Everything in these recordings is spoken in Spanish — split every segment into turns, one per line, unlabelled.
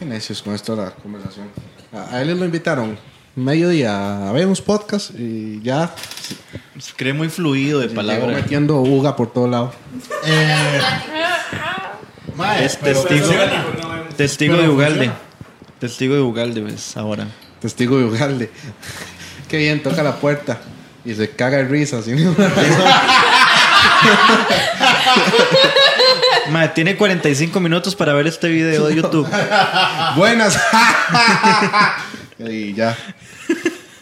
Gracias, con esto la conversación. A, a él lo invitaron mediodía a ver unos podcasts y ya eh,
Se cree muy fluido de
llegó
palabra.
metiendo uga por todo lado.
Eh, mae,
Es
pero-
testigo. Testigo de
Pero
Ugalde.
funciona.
Testigo de Ugalde, ves, ahora.
Testigo de Ugalde. Qué bien, toca la puerta. Y se caga de risa. Así
Mae, tiene 45 minutos para ver este video de YouTube.
Buenas. y ya.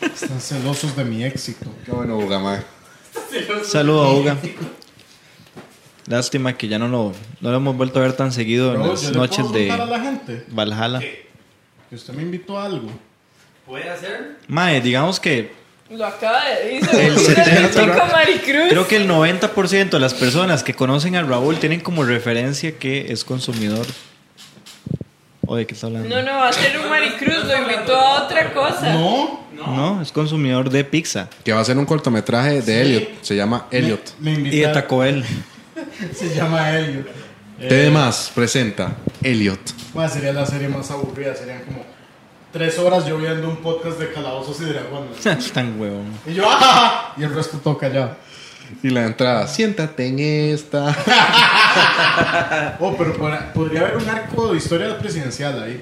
Están celosos de mi éxito.
Qué bueno, Uga, mae.
Saludo a Uga. Lástima que ya no lo, no lo hemos vuelto a ver tan seguido en
Bro,
las
yo le puedo
noches
contar a
de
la gente
Valhalla.
que usted me invitó a algo.
¿Puede hacer?
Mae, digamos que
Lo acaba de decir.
El
El
70.
Maricruz.
creo que el 90% de las personas que conocen a Raúl tienen como referencia que es consumidor. ¿O de qué está hablando?
No, no, va a ser un Maricruz. Lo invitó a otra cosa.
No,
No, es consumidor de pizza
Que va a ser un cortometraje de Elliot. Se llama Elliot.
Me, me
y de
invitaron.
Taco Bell.
Se llama Elliot.
eh.
Temas presenta Elliot.
Mae, sería la serie más aburrida. Serían como tres horas yo viendo un podcast de calabozos y dragones.
Tan huevón.
Y yo, ¡ah! Y el resto todo callado.
Y la entrada, siéntate en esta.
Oh, pero para- podría haber un arco de historia presidencial ahí.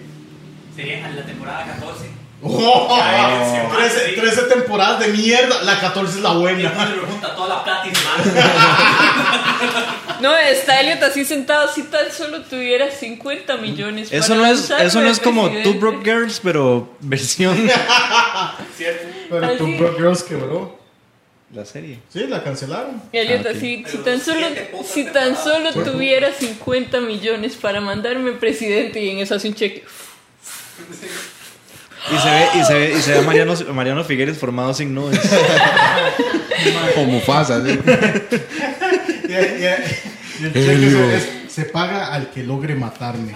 Sería a la temporada 14.
Oh,
Ay, sí,
13,
sí.
temporadas de mierda. La 14 es la
Que
buena.
le junta toda la plata y se va.
No, está Elliot así sentado. Si tan solo tuviera 50 millones.
Eso
para
no es,
lanzarme
eso no
al
es como Two
presidente.
Broke Girls, pero versión.
Pero
Así.
Two Broke Girls quebró.
La serie.
Sí, la cancelaron.
Elliot
Ah, ok.
así, si
Pero
tan solo,
siete putas
si tan
temporadas.
solo tuviera 50 millones para mandarme presidente y en eso hace un cheque.
Y se ve, y se ve, y se ve a Mariano, Mariano Figueres formado sin nubes.
Como pasa. ¿sí?
Y, y- y el cheque se, es- se paga al que logre matarme.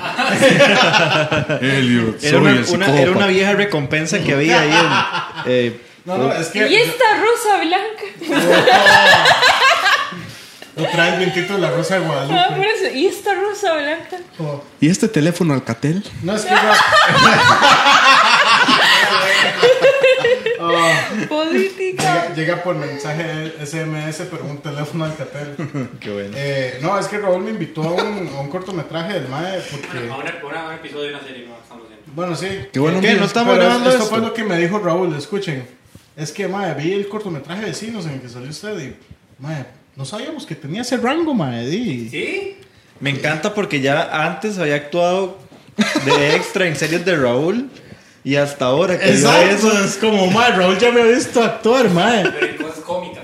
Elliot, soy
Era una,
el
una-
psicópata.
era una vieja recompensa que había ahí en. eh,
No, no, es
Y
que
esta rosa blanca.
lo trae el vientito de la Rosa de
Ah, por
Guadalupe.
eso, Y esta rosa blanca.
Oh,
¿Y este teléfono Alcatel?
No, es que no.
Política.
Oh, Llega, llega por mensaje SMS, pero un teléfono Alcatel.
qué bueno.
Eh, no, es que Raúl me invitó a un, a un cortometraje del MAE porque...
Bueno, a una- a un episodio de una serie, no estamos viendo.
Bueno, sí.
Qué bueno,
Que-
mira,
que no estamos
pero
grabando
esto
esto.
fue
fue lo que me dijo Raúl, escuchen. Es que, madre, vi el cortometraje de Vecinos en el que salió usted y, madre, no sabíamos que tenía ese rango, madre. di.
¿Sí?
Me encanta porque ya antes había actuado de extra en series de Raúl y hasta ahora que vio eso.
es como, madre, Raúl ya me ha visto actuar, madre.
Pero en cosas cómicas.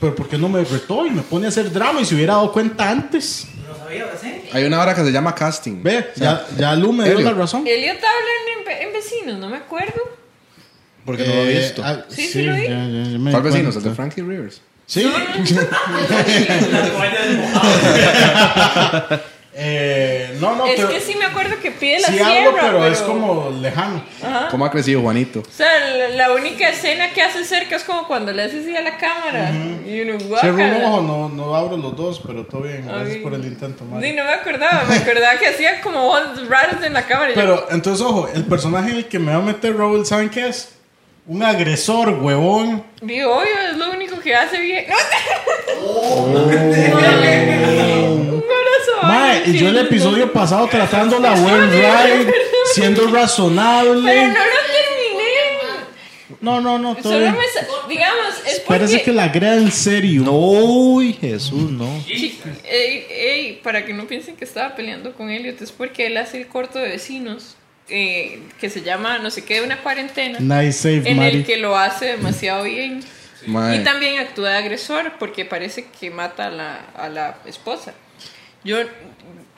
Pero ¿por qué no me retó y me pone a hacer drama y se hubiera dado cuenta antes?
No sabía, ¿sí?
Hay una hora que se llama casting.
Ve,
O sea,
ya, ya Lu me dio
Elliot.
la razón.
Elliot habla en, en vecinos, no me acuerdo.
Porque no lo he
Eh,
visto.
ah,
Sí, sí lo vi.
ya me
¿Cuál
di
vecinos? El
cuenta.
de Frankie Rivers.
Sí.
Las toallas mojadas.
Eh, no, no,
es
pero...
que sí me acuerdo que pide la
sí
sierra.
hablo, pero, es como lejano.
¿Cómo ha crecido Juanito?
O sea, la, la única escena que hace cerca es como cuando le haces así a la cámara. Y
Cierro
uno,
un
guácala.
ojo, no, no abro los dos, pero todo bien. Gracias
Ay.
por el intento,
Sí,
madre.
no me acordaba. Me acordaba que hacía como voz raras en la cámara. y yo,
Pero entonces, ojo, el personaje en el que me va a meter Raúl, ¿saben qué es? Un agresor, huevón.
Digo, obvio, es lo único que hace bien. ¡No Un corazón.
Mae, y yo el episodio pasado tratando la buen ride, siendo
Pero
razonable.
no lo terminé.
No, no, no, todo
Solo
bien.
me. sa- Digamos, es porque.
Parece que la gran en serio.
No, uy, Jesús, no.
Chi- Ey, ey, para que no piensen que estaba peleando con Elliot, es porque él hace el corto de vecinos eh, que se llama No sé qué, una cuarentena,
Nice save,
en el
Mari.
que lo hace demasiado bien.
Mae.
Y también actúa de agresor porque parece que mata a la, a la esposa. Yo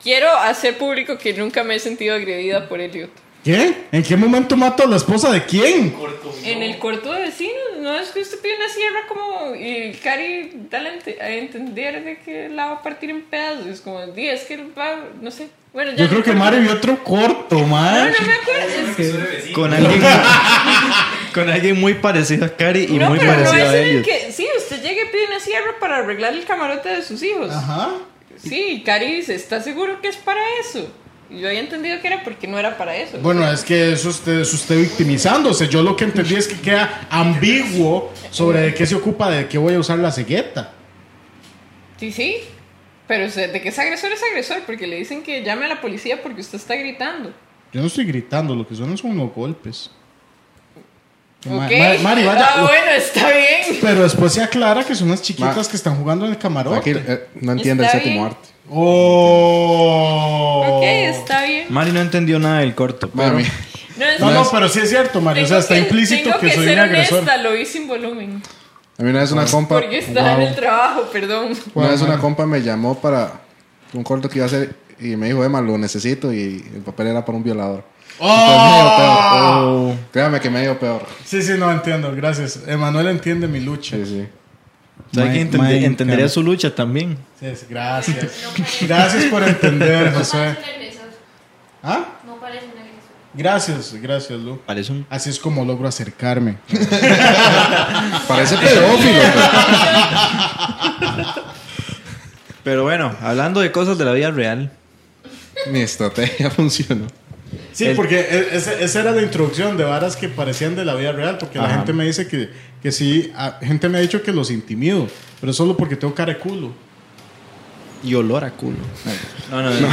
quiero hacer público que nunca me he sentido agredida por Elliot.
¿Qué? ¿En qué momento mato a la esposa de quién?
Corto.
En el corto de vecinos, no es que usted pide una sierra como y Cari da la ente- a entender de que la va a partir en pedazos. Es como, "Di, es que va, no sé. Bueno, ya
Yo
no
creo que
recuerdo.
Mari vio otro corto,
No,
mae.
no me acuerdo. es que-
Con alguien, con alguien muy parecido a Cari y
No,
muy
pero no
parecido
es
a
en el
ellos.
que. Sí, usted llega y pide una sierra para arreglar el camarote de sus hijos.
Ajá.
Sí, y Cari dice, ¿está seguro que es para eso? Y Yo había entendido que era porque no era para eso.
Bueno, es que eso usted, es usted victimizándose. Yo lo que entendí es que queda ambiguo sobre de qué se ocupa, de qué voy a usar la cegueta.
Sí, sí. Pero o sea, de que es agresor es agresor, porque le dicen que llame a la policía porque usted está gritando.
Yo no estoy gritando, lo que suenan son unos golpes. Ma-
¿Ok?
Mari, Mari, vaya.
Ah, bueno, está bien.
Pero después se aclara que son unas chiquitas
Ma-
que están jugando en el camarote.
Aquí, eh, no entiende el
Está
séptimo
bien.
arte.
Oh.
Ok, está bien.
Mari no entendió nada del corto. pero-
Mami,
No, es-
No, no, pero sí es cierto, Mario. O sea,
tengo
está
que-
implícito
tengo
que, soy
ser
un agresor.
honesta, lo vi sin volumen.
a mí una vez una compa,
Porque estaba en el trabajo, perdón.
una vez una compa me llamó para un corto que iba a hacer y me dijo, Emma, lo necesito y el papel era para un violador.
¡Oh!
Entonces, me dio peor. Créame que me dio peor.
Sí, sí, no entiendo. Gracias. Emanuel entiende mi lucha.
Sí, sí.
O sea, hay que
Ma-
entender-
Mari,
entendería
cara.
su lucha también.
Sí, sí, gracias. Gracias por entender, José. ¿Ah?
No parece un agresor.
Gracias, gracias, Lu.
Parece un.
Así es como logro acercarme.
Parece pedófilo. pero-
Pero bueno, hablando de cosas de la vida real.
Mi estrategia funcionó.
Sí,
El-
porque e- ese- esa era la introducción de varas que parecían de la vida real, porque la
Ajá.
gente me dice que, que sí, a- gente me ha dicho que los intimido, pero solo porque tengo cara de culo.
Y olor a culo. No, no, no.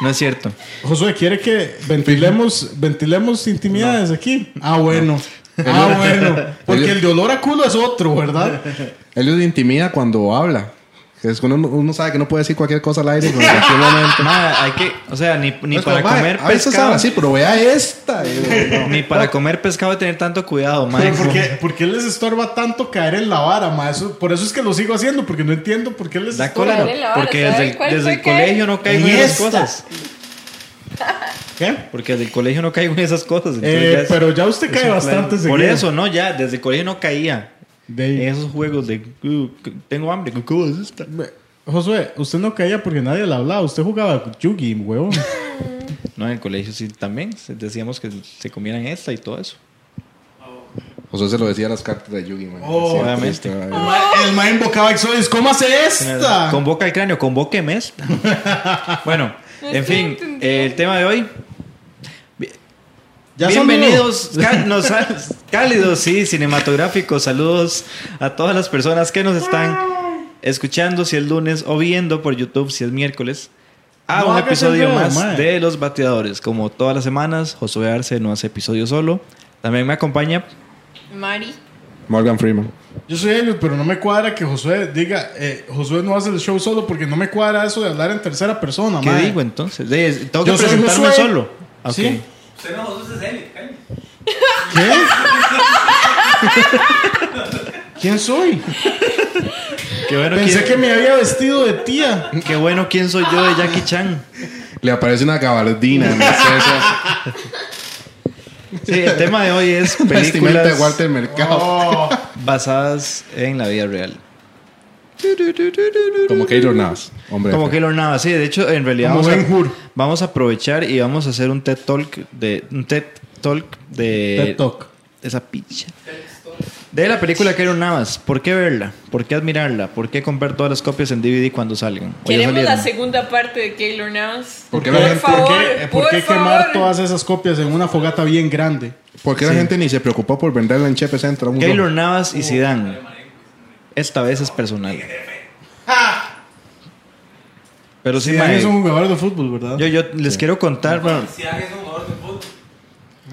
No es cierto.
Josué, ¿quiere que ventilemos, ventilemos intimidades aquí? Ah, bueno. Ah, bueno. Porque el de olor a culo es otro, ¿verdad?
Él los intimida cuando habla. Que Es que uno, uno sabe que no puede decir cualquier cosa al aire en cualquier momento.
Ma, hay que. O sea, ni, ni
Es
para
como, "Mae,
comer
A veces habla
pescado.
así, pero vea esta. Y yo, no.
Ni para comer pescado tener tanto cuidado, ma.
Pero ¿por qué, por qué les estorba tanto caer en la vara, ma? Eso- por eso es que lo sigo haciendo, porque no entiendo por qué les
Da
estorba.
cólera.
Dale la hora,
Porque
¿sabe
desde, el-
cuál
desde
fue
el
que-
colegio no caigo en
En
esas
esta.
cosas.
¿Qué?
Porque desde el colegio no caigo en esas cosas. entonces
Eh,
ya es-
pero ya usted
es
cae
un
bastante
plan. Por
seguido.
eso, no, ya, desde el colegio no caía.
De
En
ahí.
esos juegos de. "Uh, que- tengo hambre, ¿qué cosa es esta?
Josué, usted no caía porque nadie le hablaba. Usted jugaba Yugi, huevón.
No, en el colegio sí también. se- Decíamos que se comieran esta y todo eso.
José se lo decía a las cartas de Yugi, man.
Oh,
Siempre
obviamente.
estaba ahí.
el ma invocaba Exodus. ¿Cómo hace Ah.
Convoca el cráneo, convóqueme esta. bueno,
No
en
estoy
fin,
entendiendo.
eh, el tema de hoy.
Ya son
Bienvenidos, cá- no, sal- cálidos y cinematográficos. Saludos a todas las personas que nos están
Ah.
escuchando si es lunes o viendo por YouTube si es miércoles. A
No
un
hagas el
episodio
dedo,
más
mae.
de Los Bateadores. Como todas las semanas, Josué Arce no hace episodio solo. También me acompaña.
Mari.
Morgan Freeman.
Yo soy Elliot, pero no me cuadra que Josué diga, eh, Josué no hace el show solo porque no me cuadra eso de hablar en tercera persona,
¿Qué
mae.
digo entonces? De- Tengo
Yo
que
soy
presentarme
Josué.
solo. Ok.
Sí.
Usted no usa ese Eli, cae.
¿Qué? ¿Quién soy?
Qué bueno,
Pensé
quién-
que me había vestido de tía.
qué bueno quién soy yo de Jackie Chan.
Le aparece una gabardina. No sé, esa
Sí, el tema de hoy es
vestimenta de
películas Oh.
Walter Mercado.
basadas en la vida real.
Como Keylor Navas. Hombre.
Como
de fe.
Keylor Navas, sí. De hecho, en realidad
Como
vamos
Ben
a,
Hur.
vamos a aprovechar y vamos a hacer un TED Talk de... Un TED Talk de...
TED Talk.
Esa picha. De la película Keylor Navas. ¿Por qué verla? ¿Por qué admirarla? ¿Por qué comprar todas las copias en DVD cuando salgan? ¿O ya
Queremos la
salieron?
segunda parte de Keylor Navas.
¿Por qué
por
la gente-
favor,
¿Por qué, por qué quemar
favor.
todas esas copias en una fogata bien grande?
¿Por qué la gente ni se preocupó por venderla en Chepe Centro? Un
Keylor Navas y Zidane. Esta vez es personal. Pero Pues sí,
Sí,
mae,
es un jugador de fútbol, ¿verdad?
yo, yo les quiero contar... bueno,
Si hagas un jugador de fútbol.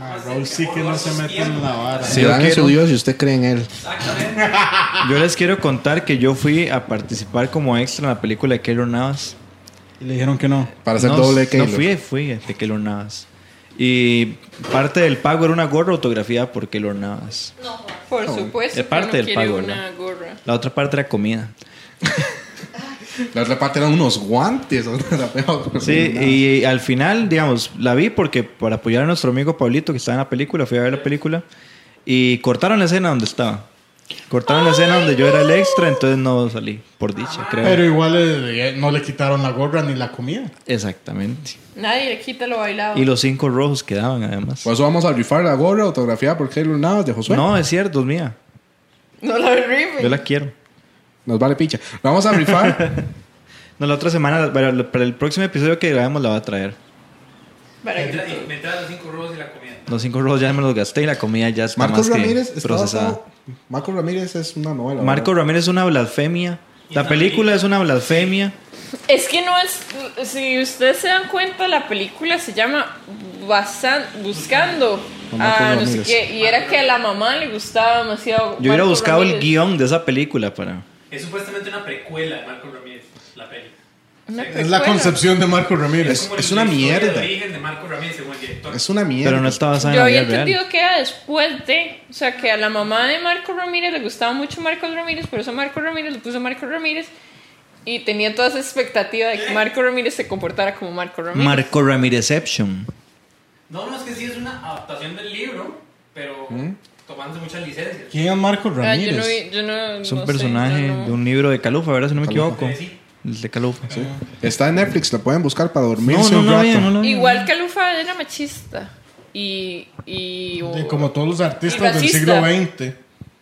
Ah, Raúl sí que no se mete en la vara.
Si
Yo
dan en
quiero-
su Dios y usted cree en él.
Exactamente.
yo les quiero contar que yo fui a participar como extra en la película de Keylor Navas.
Y le dijeron que no.
Para ser
no,
doble Keylor.
No fui, fui de Keylor Navas. Y parte del pago era una gorra autografiada por Keylor Navas.
No, jodas.
Por supuesto.
de
que
parte
uno
del
quiere
pago,
una gorra.
La otra parte era comida.
La otra parte eran unos guantes. la peor.
Sí, y al final, digamos, la vi porque para apoyar a nuestro amigo Pablito que estaba en la película, fui a ver la película y cortaron la escena donde estaba. Cortaron la escena donde yo era el extra, entonces no salí, por dicha, creo.
Pero igual eh, no le quitaron la gorra ni la comida.
Exactamente.
Nadie le quita lo bailado.
Y los cinco rojos quedaban además.
Por eso vamos a rifar la gorra autografiada por Keylor Navas de Josué.
No, es cierto, es mía.
No lo rimen.
Yo la quiero.
Nos vale picha. La vamos a rifar.
No, la otra semana, para el, para el próximo episodio que grabemos la va a traer.
Barato.
Entra- y me trae los cinco rubos y la comida.
Los cinco rollos ya me los gasté y la comida ya está
Marcos
más que
Ramírez está
procesada.
basado- Marcos Ramírez es una novela.
Marco Ramírez es una blasfemia. La película es una blasfemia.
Es que no es. Si ustedes se dan cuenta, la película se llama Basan- Buscando
Mamá
a
con
no sé
Ramírez.
qué. Y era que a la mamá le gustaba demasiado.
Yo hubiera
Marco
buscado el
Ramírez.
guión de esa película para.
Es supuestamente una precuela de Marco Ramírez, la peli.
Una
Es
Es la
precuela.
concepción de Marco Ramírez.
como
es
la
una
historia de
mierda.
origen de Marco Ramírez, según el director.
Es una mierda.
Pero no está basada
Yo
en
había
la vida real.
entendido que era después de. O sea, que a la mamá de Marco Ramírez le gustaba mucho Marcos Ramírez, por eso Marco Ramírez le puso Marco Ramírez. Y tenía toda esa expectativa de que Marco Ramírez se comportara como Marco Ramírez.
Marco Ramírezception.
No, no, es que sí es una adaptación del libro, pero
¿Mm?
tomándose muchas licencias.
¿Quién es Marco
Ah, yo no
Ramírez?
vi- yo no-
Es un
no sé,
personaje
no, no.
de un libro de Calufa, ¿verdad? Si no me
Calufa.
equivoco.
Sí.
El de Calufa.
Está en Netflix, la pueden buscar para
No,
dormirse
no,
un
no,
rato.
había, no lo había.
Igual que Lufa era machista. Y. y
De como todos los artistas del
racista.
siglo XX.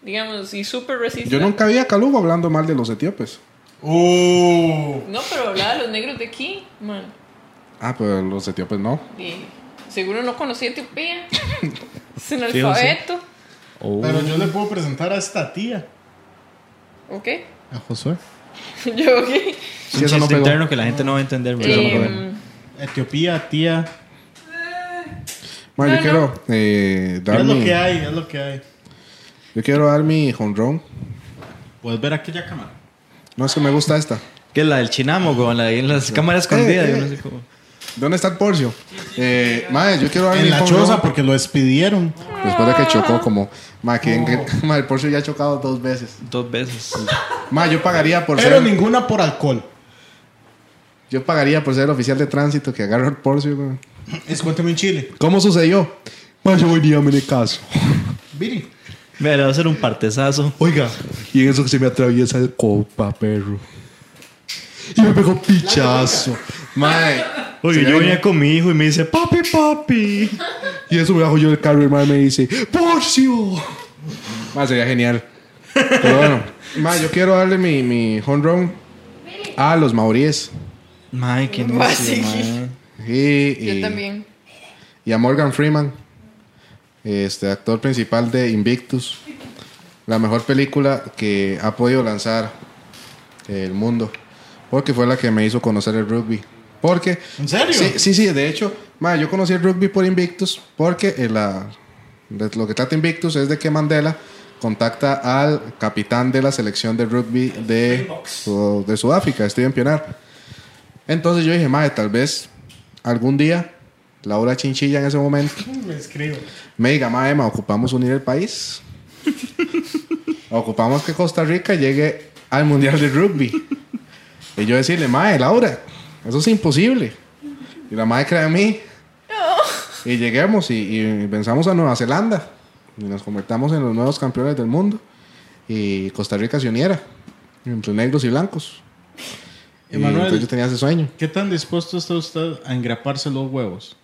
Digamos, y súper racista.
Yo nunca vi a Calubo hablando mal de los etíopes.
Uh,
No, pero hablaba de los negros de aquí, man.
Ah, pero los etíopes no.
Y seguro no conocía Etiopía. es
sí.
analfabeto.
Oh.
pero yo le puedo presentar a esta tía.
¿Ok?
A Josué.
Yo, ok.
Es
Sí,
un
eso
chiste
no pegó.
interno que la gente no va a entender. ¿verdad?
Eso no
Em,
pegó.
Etiopía, tía.
Bueno,
No,
yo quiero eh, dar
Es lo
mi,
que hay, es lo que hay.
yo quiero dar mi jonrón.
Puedes ver aquella cámara.
No es que me gusta esta.
Que es la del chinamo, con la en las cámaras escondidas. yo no sé cómo.
¿Dónde está el porcio? Eh, mae, yo quiero dar mi
En la
home run.
choza porque lo despidieron.
Después de que chocó como... Mae, que- que- mae, el porcio ya ha chocado dos veces.
Dos veces.
Mae, yo pagaría por
Pero
ser...
ninguna por alcohol.
Yo pagaría por ser el oficial de tránsito que agarra el porcio. güey.
Es cuéntame en Chile.
¿Cómo sucedió? Mae, yo hoy día me le caso.
Viri.
Mira, va a ser un partesazo.
Oiga, y en eso que se me atraviesa el copa, perro. Y me pegó pichazo. Mae.
Oye,
se
yo
me
venía con mi hijo y me dice, papi, papi.
Y eso me bajo yo del carro y el mae me dice, ¡Porcio! Mae, sería genial. Pero bueno, mae, yo quiero darle mi, mi home run a los maoríes.
Mae, qué
Mm, Va a
necio,
seguir.
mae.
Y, y-
yo también.
y a Morgan Freeman, este actor principal de Invictus. La mejor película que ha podido lanzar el mundo. Porque fue la que me hizo conocer el rugby. Porque.
¿En serio?
Sí, sí, sí, de hecho, ma, yo conocí el rugby por Invictus porque eh, la- de lo que trata Invictus es de que Mandela contacta al capitán de la selección de rugby de, Su- de Sudáfrica, Steven Pionar. Entonces yo dije, madre, tal vez algún día Laura Chinchilla en ese momento
Me escribo.
me diga, madre, ma, ocupamos unir el país. ocupamos que Costa Rica llegue al Mundial de Rugby. y yo decirle, madre, Laura, eso es imposible. Y la madre cree en mí. Y lleguemos y, y pensamos a Nueva Zelanda. Y nos convertamos en los nuevos campeones del mundo. Y Costa Rica se uniera. Entre negros y blancos. Y
Emanuel.
entonces yo tenía ese sueño.
¿Qué tan dispuesto está usted a engraparse los huevos?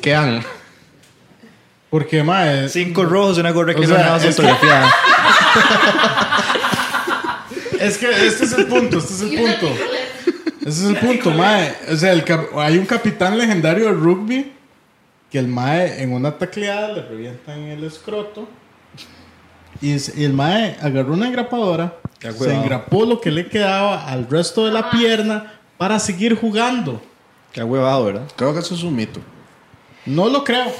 ¿Qué hago?
Porque, mae,
Cinco rojos y una gorra que
O
no
sea,
era
es que-
autografiada.
es que este es el punto, este es el punto. Este es el punto, mae. O sea, el cap- hay un capitán legendario de rugby que el mae en una tacleada le revientan el escroto. Y, es- y el mae agarró una engrapadora,
Qué
se
huevado.
engrapó lo que le quedaba al resto de la pierna para seguir jugando.
Qué huevado, ¿verdad?
Creo que eso es un mito.
No lo creo.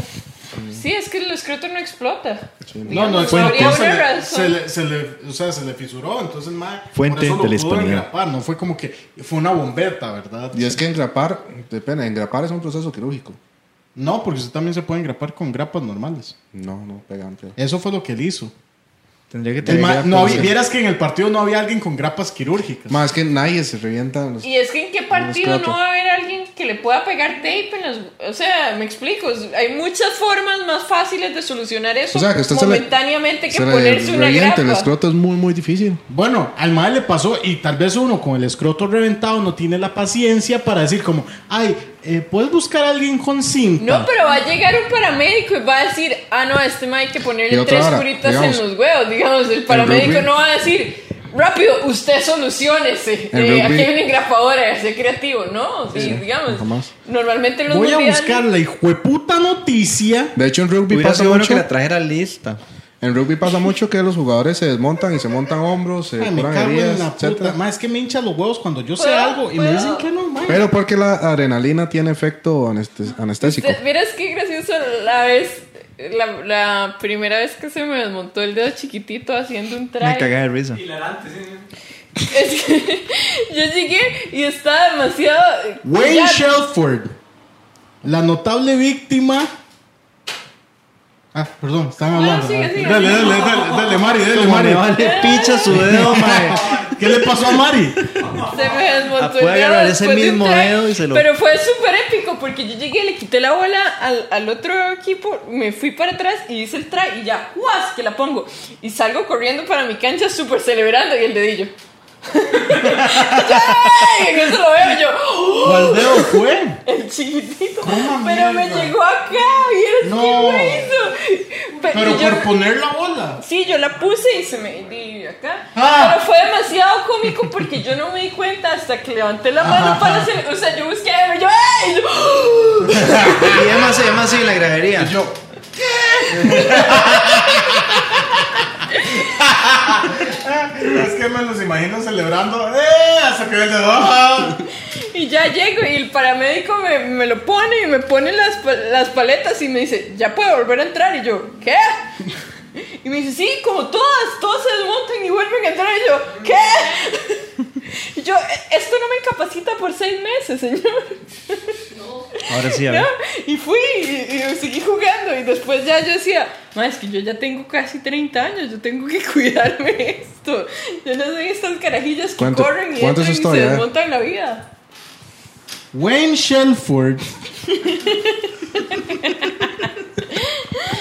Sí, es que el escroto no explota.
No, no,
Fuente.
el cuerpo se
Habría
le,
una
se, le, se le- o sea, se le fisuró, entonces mae,
Fuente
por eso lo
de la
pudo
hispanidad.
engrapar, no fue como que fue una bombeta, ¿verdad?
Y es que engrapar, de pena, engrapar es un proceso quirúrgico.
No, porque usted también se puede engrapar con grapas normales.
No, no, pegan, pegan.
Eso fue lo que él hizo.
Tendría que
El
tener.
ma-
grapas,
no había-
¿eh?
vieras que en el partido no había alguien con grapas quirúrgicas.
Más que nadie se revienta. los-
Y es que en qué partido
escroto.
no va a haber alguien que le pueda pegar tape en los... O sea, me explico, hay muchas formas más fáciles de solucionar eso
O sea, que usted se le-
momentáneamente
se
que
le
ponerse una
revienta, el
grapa.
escroto es muy, muy difícil.
Bueno, al mal le pasó y tal vez uno con el escroto reventado no tiene la paciencia para decir como, ay, eh, ¿puedes buscar a alguien con cinta?
No, pero va a llegar un paramédico y va a decir, ah, no, a este mae hay que
Y
ponerle
otra
tres
hora,
curitas
digamos,
en los huevos. Digamos, el paramédico
rugby.
no va a decir, rápido, usted soluciónese.
El
Eh, aquí
rugby.
hay una engrapadora, sea creativo, ¿no? Sí, digamos.
jamás.
Normalmente los
Voy a
mundiales-
buscar la hijueputa noticia.
De hecho, en rugby
Hubiera
pasa
sido bueno
mucho.
que la trajera lista.
En rugby pasa mucho que los jugadores se desmontan y se montan hombros, se
Ay, me
curan
cago en
heridas,
la puta.
etcétera.
Ma, es que me hincha los huevos cuando yo sé
Puedo,
algo y me
puedo.
dicen que no, ma.
Pero porque la adrenalina tiene efecto aneste- anestésico.
Te- Vieras qué gracioso la vez, la, la primera vez que se me desmontó el dedo chiquitito haciendo un
Me
traje.
cagué de risa.
Hilarante, sí.
Es que yo llegué y estaba demasiado.
Wayne
ya-
Shelford, la notable víctima. Ah, perdón, están
Bueno,
hablando.
sigue,
dale,
sigue.
dale, dale, dale, dale, Mari, dale,
Como me
Mari.
vale picha su dedo, mae.
¿Qué le pasó a Mari?
Se me desmontó
Ah, puede
el dedo
agarrar ese
después de
mismo
un track,
dedo y se lo-
Pero fue súper épico porque yo llegué, le quité la bola al, al otro equipo, me fui para atrás y hice el try y ya, ¡guas! Que la pongo. Y salgo corriendo para mi cancha súper celebrando y el dedillo. ¡Yay! En eso lo veo yo. ¡oh!
¿Cuál dedo fue?
El chiquitito.
¿Cómo
Pero me
mierda?
llegó acá, ¿vieras
No.
qué me hizo? Pe-
Pero
y yo-
por poner la bola.
Sí, yo la puse y se me di acá.
Ah.
Pero fue demasiado cómico porque yo no me di cuenta hasta que levanté la mano
Ajá.
para hacer. O sea, yo busqué y yo, ¡ey! Y yo, ¡oh!
Y además se llama así la gradería.
Yo. ¿Qué? es que me los imagino celebrando. ¡Eh! Hasta que el dedo. ¡Ah!
Y ya llego y el paramédico me, me lo pone y me pone las, pa- las paletas y me dice, ¿ya puedo volver a entrar? Y yo, ¿qué? Y me dice, sí, como todas, todas se desmontan y vuelven a entrar. Y yo, ¿qué? Y yo, "E- esto no me incapacita por seis meses, señor.
Ahora sí, a ver.
¿no? Y fui y, y seguí jugando y después ya yo decía, "Ma, es que yo ya tengo casi 30 años, yo tengo que cuidarme esto. Yo no soy estas carajillas que
Cuente-
corren y
cuente
entran
su
y se
historia, eh.
desmontan la vida.
Wayne Shelford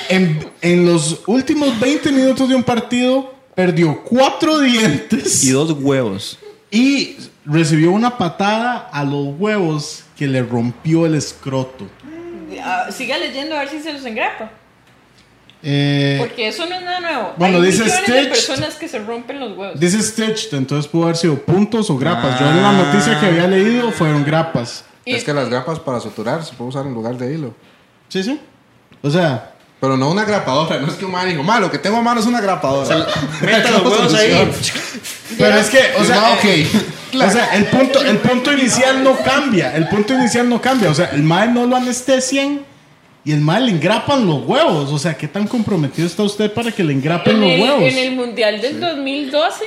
en, en los últimos 20 minutos de un partido perdió cuatro dientes
Y
y,
dos huevos.
recibió una patada a los huevos que le rompió el escroto.
Ah, siga leyendo a ver si se los engrapa.
Eh,
Porque eso no es nada nuevo.
Bueno,
Hay
dice
millones de
Stitch.
personas que se rompen los huevos.
Dice Stitched, entonces pudo haber sido puntos o grapas. Yo en la noticia que había leído fueron grapas.
Y-
Es que las grapas para suturar se puede usar en lugar de hilo.
Sí, sí. O sea,
Pero no una grapadora, no es que un man dijo, "Ma, lo que tengo a mano es una grapadora.
Meta los huevos ahí.
pero es que, o sea,
Ah,
eh,
ok.
o sea, el punto, el punto inicial no cambia. El punto inicial no cambia. O sea, el mae no lo anestesian y el mae le engrapan los huevos. O sea, ¿qué tan comprometido está usted para que le engrapen
en,
los
el,
huevos?
en el Mundial del 2012,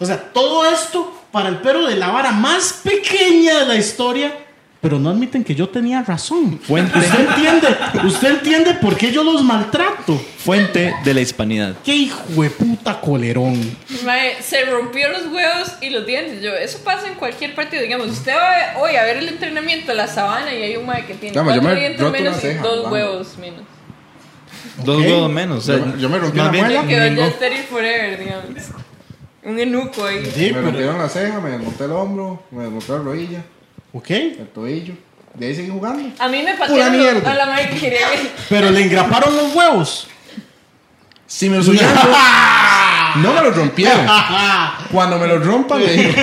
O sea, todo esto para el perro de la vara más pequeña de la historia. Pero no admiten que yo tenía razón.
Fuente.
Usted entiende, usted entiende por qué yo los maltrato.
Fuente de la hispanidad.
¡Qué hijo de puta colerón!
mae, se rompió los huevos y los dientes. Yo, eso pasa en cualquier partido. Digamos, usted va hoy a ver el entrenamiento a la sabana y hay un mae que tiene
Dama, yo
cuatro
me
dientes
roto una
menos y
ceja,
dos
vamos.
huevos menos.
Dos
Ok.
huevos menos. o sea,
Yo me- yo me rompí
más
la
bien,
muela.
Me quedó ya
ningún-
estéril forever, digamos. Un enuco ahí.
Sí,
me
pero.
rompieron la ceja, me desmonté el hombro, me desmonté la rodilla,
Ok.
el tobillo. De ahí seguí jugando.
A mí me patearon lo-
mierda.
a la madre que quería que-
Pero le engraparon los huevos.
Si me lo subieron, no me lo rompieron. Cuando me lo rompan, le digo,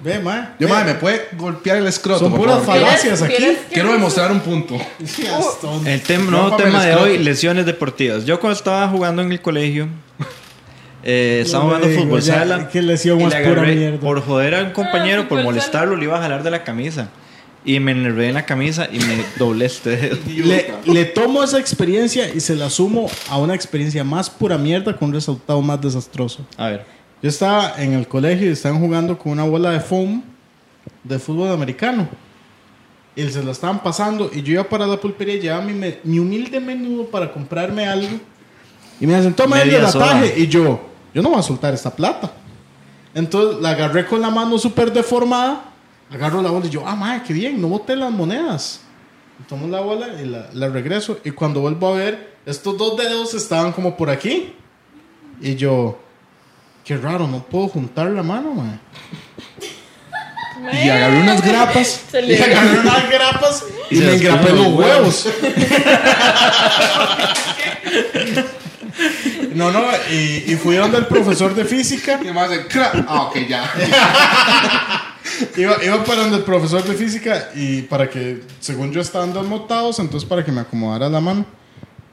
Ve, ma.
yo madre, me puede golpear el escroto.
Son
por
puras
favor?
falacias.
falacias aquí.
¿Quieres- quieres-
Quiero demostrar un punto.
El tem- nuevo
Rómpame
tema
el
de hoy,
escroto.
lesiones deportivas. Yo cuando estaba jugando en el colegio, eh, estaba jugando
digo,
fútbol
ya,
sala.
qué lesión
y
más
le
pura
agarré-
mierda.
Por joder a un compañero,
Ah, fútbol
por
sala.
molestarlo, le iba a jalar de la camisa. Y me enredé en la camisa y me doblé este dedo.
Le, le tomo esa experiencia y se la sumo a una experiencia más pura mierda con un resultado más desastroso.
A ver.
Yo estaba en el colegio y estaban jugando con una bola de foam de fútbol americano. Y se la estaban pasando y yo iba para la pulpería y llevaba mi, me- mi humilde menudo para comprarme algo. Y me dicen, toma el
Media soda.
ataje. Y yo, yo no voy a soltar esta plata. Entonces la agarré con la mano súper deformada. Agarro la bola y yo, ah, madre, qué bien, no boté las monedas. Y tomo la bola y la, la regreso. Y cuando vuelvo a ver, estos dos dedos estaban como por aquí. Y yo, qué raro, no puedo juntar la mano, madre.
Y agarré unas grapas.
Eh. Se
Y
le-
agarré unas grapas y,
se
me
las
engrapé
comió
los
los
huevos. No, no, y, y fui donde el profesor de física.
Y más de cra- Ah, ok, ya.
Iba, iba para donde el profesor de física y para que, según yo, estaban desmontados, entonces para que me acomodara la mano.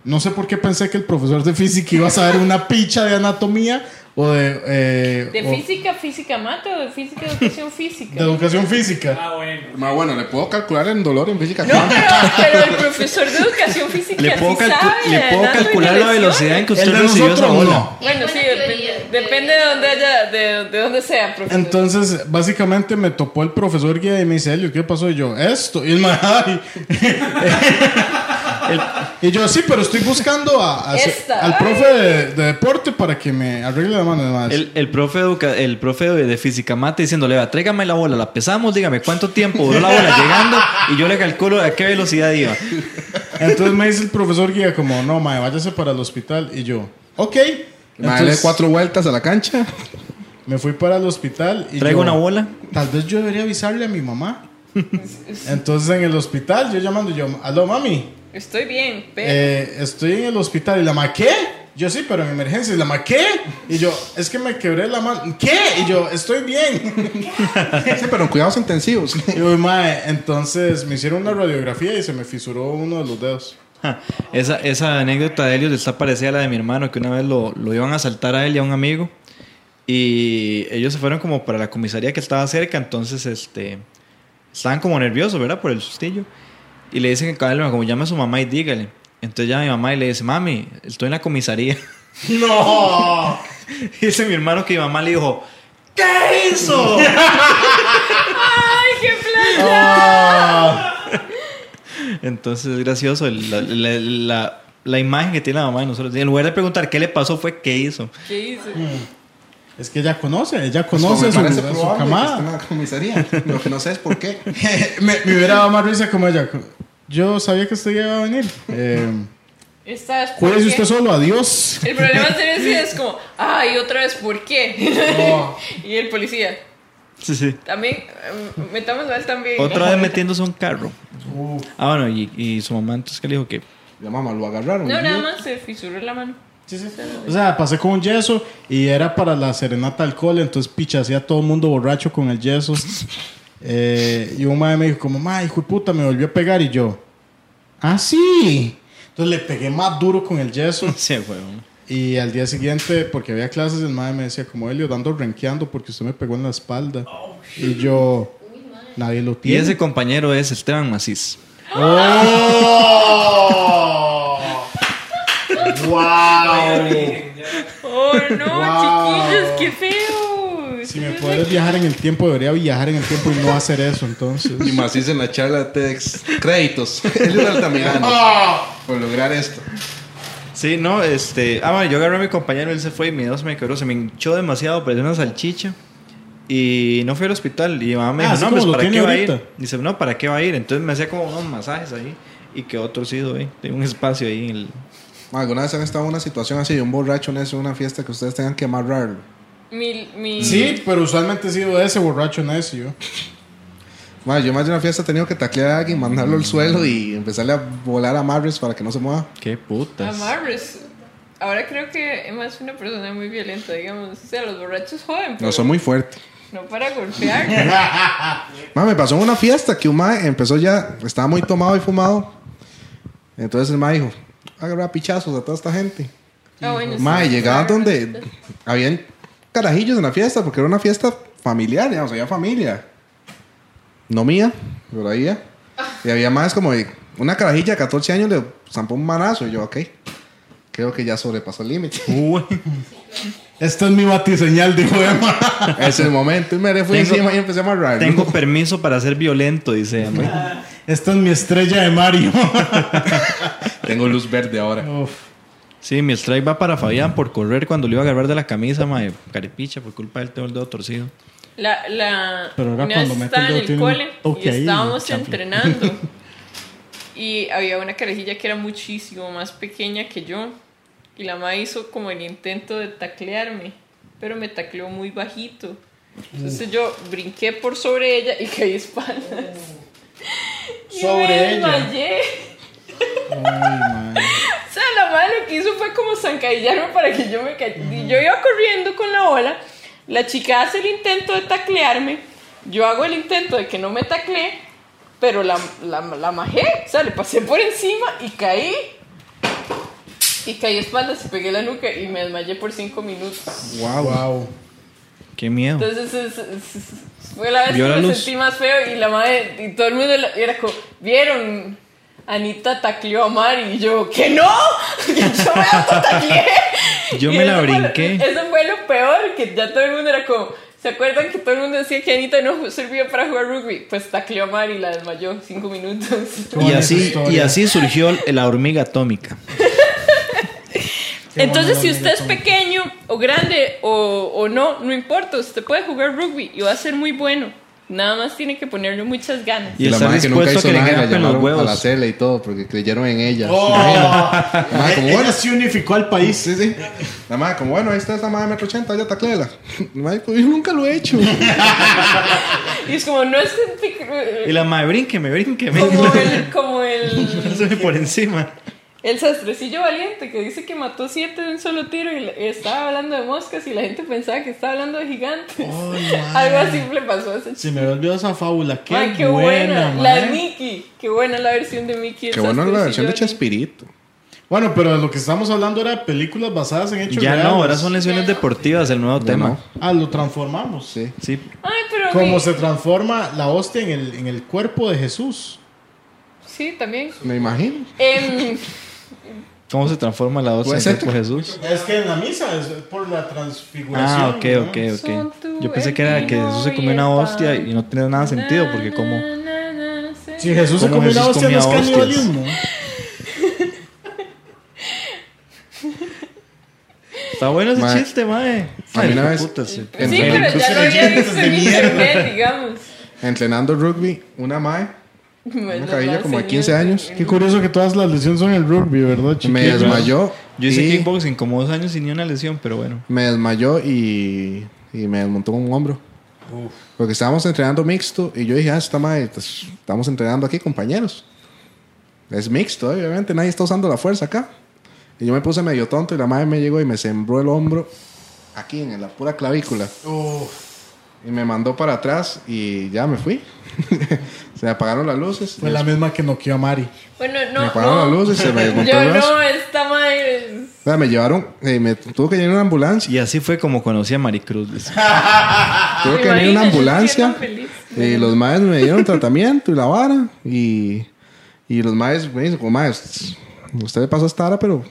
No sé por qué pensé que el profesor de física iba a saber una picha de anatomía o de. eh,
¿De
Oh.
o-
física, física mate o de física, educación
de
física?
educación física.
Ah, bueno.
Más bueno, le puedo calcular el dolor en física.
No, pero, pero el profesor de educación física
Le
sí
puedo, calcu-
sabe
le
de
puedo
anatomía
calcular
y
la
lesiones.
velocidad en que usted
El de
recibió esa
nosotros,
bola.
no.
Bueno,
Buena
sí,
teoría,
depende,
teoría.
depende de dónde haya, de, de dónde sea, profesor.
Entonces, básicamente me topó el profesor guía y me dice, Elio, ¿qué pasó? Y yo, esto. Y el ma- ay. El- y yo, sí, pero estoy buscando a- a-
Esta.
al profe de, de deporte para que me arregle la mano. Además,
El, el profe, educa- el profe de, de física mate diciéndole, "Vea, tráigame la bola, la pesamos, dígame cuánto tiempo duró la bola llegando y yo le calculo a qué velocidad iba.
Entonces me dice el profesor guía como, no, mae, váyase para el hospital. Y yo, ok.
Más le
Entonces,
cuatro vueltas a la cancha.
Me fui para el hospital y
Traigo
yo,
una bola.
Tal vez yo debería avisarle a mi mamá. Entonces en el hospital, yo llamando, yo, aló, mami,
Estoy bien, pero...
eh, estoy en el hospital. Y la ma, ¿qué? Yo sí, pero en emergencia. Y la ma, ¿qué? Y yo, es que me quebré la mano. ¿Qué? Y yo, estoy bien.
Sí, pero en cuidados intensivos.
Y yo, mae, entonces me hicieron una radiografía y se me fisuró uno de los dedos.
Ja, Esa, esa anécdota de Helios está parecida a la de mi hermano, que una vez lo, lo iban a asaltar a él y a un amigo. Y ellos se fueron como para la comisaría que estaba cerca, entonces este, estaban como nerviosos, ¿verdad? Por el sustillo. Y le dicen que cada como llame a su mamá y dígale. Entonces llama a mi mamá y le dice, mami, estoy en la comisaría.
¡No!
Y dice mi hermano que mi mamá le dijo, ¿qué hizo?
¡Ay, qué plan!
oh.
Entonces es gracioso el- la, la- la- la imagen que tiene la mamá de nosotros. En lugar de preguntar qué le pasó, fue qué hizo.
¿Qué hizo?
Es que ella conoce, ella
Pues,
conoce
me
su,
parece
su
probable que esté en
camada. Eh,
la comisaría. Lo que no sé es por qué.
me, me hubiera dado más risa como ella. Yo sabía que usted iba a venir. Eh,
Esta es por
cuídese
qué.
usted solo, adiós.
El problema sería si es como, ay, otra vez, ¿por qué?
No.
y el policía,
Sí, sí.
también, eh, metamos mal también.
Otra vez metiéndose a un carro. Ah, bueno, y, y su mamá entonces que le dijo que...
La mamá lo agarraron.
No,
¿no?
nada más se fisuró la mano.
O sea, pasé con un yeso y era para la serenata al cole, entonces picha, hacía todo el mundo borracho con el yeso. Eh, y un madre me dijo como, ma, hijo de puta, me volvió a pegar y yo, ah, sí. Entonces le pegué más duro con el yeso.
Sí, huevón.
Y al día siguiente, porque había clases, el madre me decía, como Elio, dando renqueando porque usted me pegó en la espalda. Y yo, nadie lo
Y
tiene.
ese compañero es Esteban Macís. Ah,
¡Wow!
Miren, ya.
¡Oh, no,
Wow.
chiquillos, qué feo!
Si me puedes viajar en el tiempo, debería viajar en el tiempo y no hacer eso, entonces.
Y más hice en la charla de TEDx. Créditos. Él es Altamirano. Por lograr esto.
Sí, no, este... Ah, bueno, yo agarré a mi compañero, él se fue y mi dedo se me quebró. Se me hinchó demasiado, parecía una salchicha. Y no fui al hospital. Y mi mamá me
Ah,
dijo,
así
no,
como
pues,
lo
¿para
tiene
qué va a
ahorita.
ir? Dice, no, ¿para qué va a ir? Entonces me hacía como unos masajes ahí. Y que otro sido ahí. Tengo un espacio ahí en el...
¿Alguna vez han estado en una situación así de un borracho en eso, en una fiesta que ustedes tengan que amarrarlo?
Mi, mi...
Sí, pero usualmente he sido ese borracho necio. yo.
Madre, yo más de una fiesta he tenido que taclear a alguien, mandarlo al suelo y empezarle a volar amarres para que no se mueva.
Qué putas.
Amarres. Ahora creo que Emma es una persona muy violenta, digamos. O sea, los borrachos joden, pero
No, son muy fuertes.
no para golpear.
Madre, me pasó en una fiesta que un mae empezó ya, estaba muy tomado y fumado. Entonces el mae dijo, agarra pichazos a toda esta gente.
Ah, bueno, sí.
Mae, llegaban donde habían carajillos en la fiesta, porque era una fiesta familiar, digamos, había familia. No mía, pero había. Y había más como de una carajilla de 14 años le zampó un manazo. Y yo, ok, creo que ya sobrepasó el límite.
Uy.
Esta es mi batiseñal, dijo Emma.
es el momento. Y me le fui
Tengo-
encima y empecé a amarrar.
Tengo permiso para ser violento, dice Emma.
Esta es mi estrella de Mario.
Tengo luz verde ahora.
Uf.
Sí, mi strike va para Fabián por correr cuando le iba a agarrar de la camisa, mae. Carepicha, por culpa del tengo el dedo torcido.
La, la...
Pero ahora
una vez
cuando meto el
estaba en
dedo
el
tiene un
cole y
toque ahí,
estábamos
chanfle.
entrenando. y había una carajilla que era muchísimo más pequeña que yo. Y la mamá hizo como el intento de taclearme. Pero me tacleó muy bajito. Entonces yo brinqué por sobre ella y caí espaldas. Y
Sobre
me
Oh. ella.
desmayé.
Ay, mae.
O sea, la madre que hizo fue como zancadillarme para que yo me cayera. Yo iba corriendo con la ola, la chica hace el intento de taclearme, yo hago el intento de que no me taclee, pero la, la, la majé, o sea, le pasé por encima y caí. Y caí espaldas y pegué la nuca y me desmayé por cinco minutos.
Wow. wow.
Qué miedo.
Entonces es- es- es- fue la vez
Vio
que
la
me
luz.
sentí más feo y la madre, y todo el mundo la- era como, ¿vieron? Anita tacleó a Mari y yo, ¿que no? Yo me autotacleé.
Yo
Y
me la
eso fue-
brinqué.
eso fue lo peor, que ya todo el mundo era como, ¿se acuerdan que todo el mundo decía que Anita no servía para jugar rugby? Pues tacleó a Mari y la desmayó cinco minutos.
Qué
Y
bonita
así, y
historia.
así surgió la hormiga atómica.
Qué
Entonces,
bonita
si usted es
hormiga atómica.
pequeño o grande o, o no, no importa, usted puede jugar rugby y va a ser muy bueno. Nada más tiene que ponerle muchas ganas.
Y
la
estar
madre que nunca
dispuesto a
hizo
que le
nada la
grapen los
llamaron a
huevos.
la tele y todo porque creyeron en ella.
Oh.
Mae, como
Ella
bueno.
se unificó al país.
Sí, sí. La madre, como bueno, ahí está esa madre de metro ochenta, ya tacléela. La madre, pues, yo nunca lo he hecho.
Y es como, no es
Y la madre, brínqueme, brínqueme.
como el, como el,
Pásame por encima.
el sastrecillo valiente que dice que mató siete de un solo tiro y le- estaba hablando de moscas y la gente pensaba que estaba hablando de gigantes.
Oh, man.
Algo así le pasó a ese chico.
Se me había olvidado esa fábula. Qué,
Ay, qué
buena,
buena. La de
mae.
Mickey. Qué buena la versión de Mickey. el
Qué bueno la versión
sastrecillo
de
valiente.
Chespirito.
Bueno, pero lo que estamos hablando era películas basadas en hechos
Ya
reales.
no, ahora son lesiones deportivas el nuevo
Ya
tema.
no.
Ah, lo transformamos.
Sí.
Sí.
Ay, pero.
Como
mi-
se transforma la hostia en el, en el cuerpo de Jesús.
Sí, también.
Me imagino.
Em,
¿Cómo se transforma la voz
Puede
en
ser.
cuerpo de Jesús?
Es que en la misa es por la transfiguración.
Ah, ok,
¿no?
ok,
Son
ok.
tu
Yo pensé que era que Jesús se comió una
hermano y
hostia y no tiene nada sentido porque como...
na, na, na, sé.
Si Jesús se
¿Cómo
comió una
Jesús
hostia, no es
comía hostias?
canibalismo.
Está bueno ese
Ma-
chiste, mae.
A mí
Ay,
una
hijo
vez-
puta, sí.
en
Sí,
Reddit
pero ya lo
pusieron
había
chistes
visto
de
en
mierda.
internet, digamos.
Entrenando rugby, una mae,
Bueno,
una cabilla
la
como de
señora-
15 años,
Qué curioso que todas las lesiones son el rugby, ¿verdad,
me
chiquillos?
desmayó.
Yo hice
y-
kickboxing como dos años sin ni una lesión, pero bueno.
Me desmayó y, y me desmontó un hombro. Porque estábamos entrenando mixto y yo dije, ah, esta madre, pues, estamos entrenando aquí, compañeros. Es mixto, obviamente, nadie está usando la fuerza acá. Y yo me puse medio tonto y la madre me llegó y me sembró el hombro aquí, en la pura clavícula.
Uf,
Y me mandó para atrás y ya me fui. se me apagaron las luces.
fue la misma que noqueó a Mari.
Bueno,
me
no.
apagaron las
no.
luces, se me desmontó
Yo
el brazo.
no, esta madre. es-
O sea, me llevaron, eh, me tuvo que llegar una ambulancia.
Y así fue como conocí a Maricruz. dice.
Tuve
¿Te
que venir una
imaginas? Yo
ambulancia.
Ah, siendo feliz.
Y los maes me dieron tratamiento y la vara. Y, y los maes me dicen, como maes, usted le pasó esta vara, pero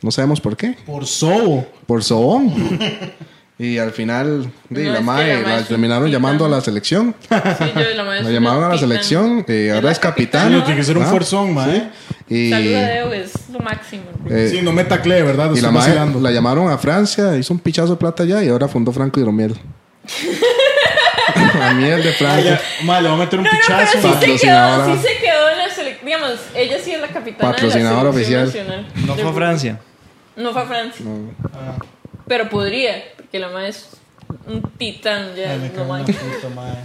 no sabemos por qué.
Por sobo.
Por sobón. y al final, di,
No, es
la
que
mae
la mae
la
es un
terminaron
titán.
llamando a la selección.
Sí, yo de la madre.
La llamaron a la selección. eh, ahora es capitán.
capitana.
Tiene que ser un
Ah,
forzón, mae.
Y,
Saluda a Deo, es lo máximo.
eh,
Sí, no me tacleé, ¿verdad?
y
Estoy
la mae
vacilando.
la llamaron a Francia, hizo un pichazo de plata allá y ahora fundó Franco Hidromiel. la miel de
Ah, ya.
Francia.
Mae, le voy a meter un
No, no,
pichazo.
pero sí se quedó,
Patrocinadora.
sí se quedó en la selección. Digamos, ella sí es la capitana
Patrocinadora
de la selección
oficial.
nacional.
No
De
fue a
fútbol.
Francia.
No fue a Francia.
Ah,
Pero podría, porque la madre es un titán ya,
ay, me
no
cago en
manches.
la puta, mae.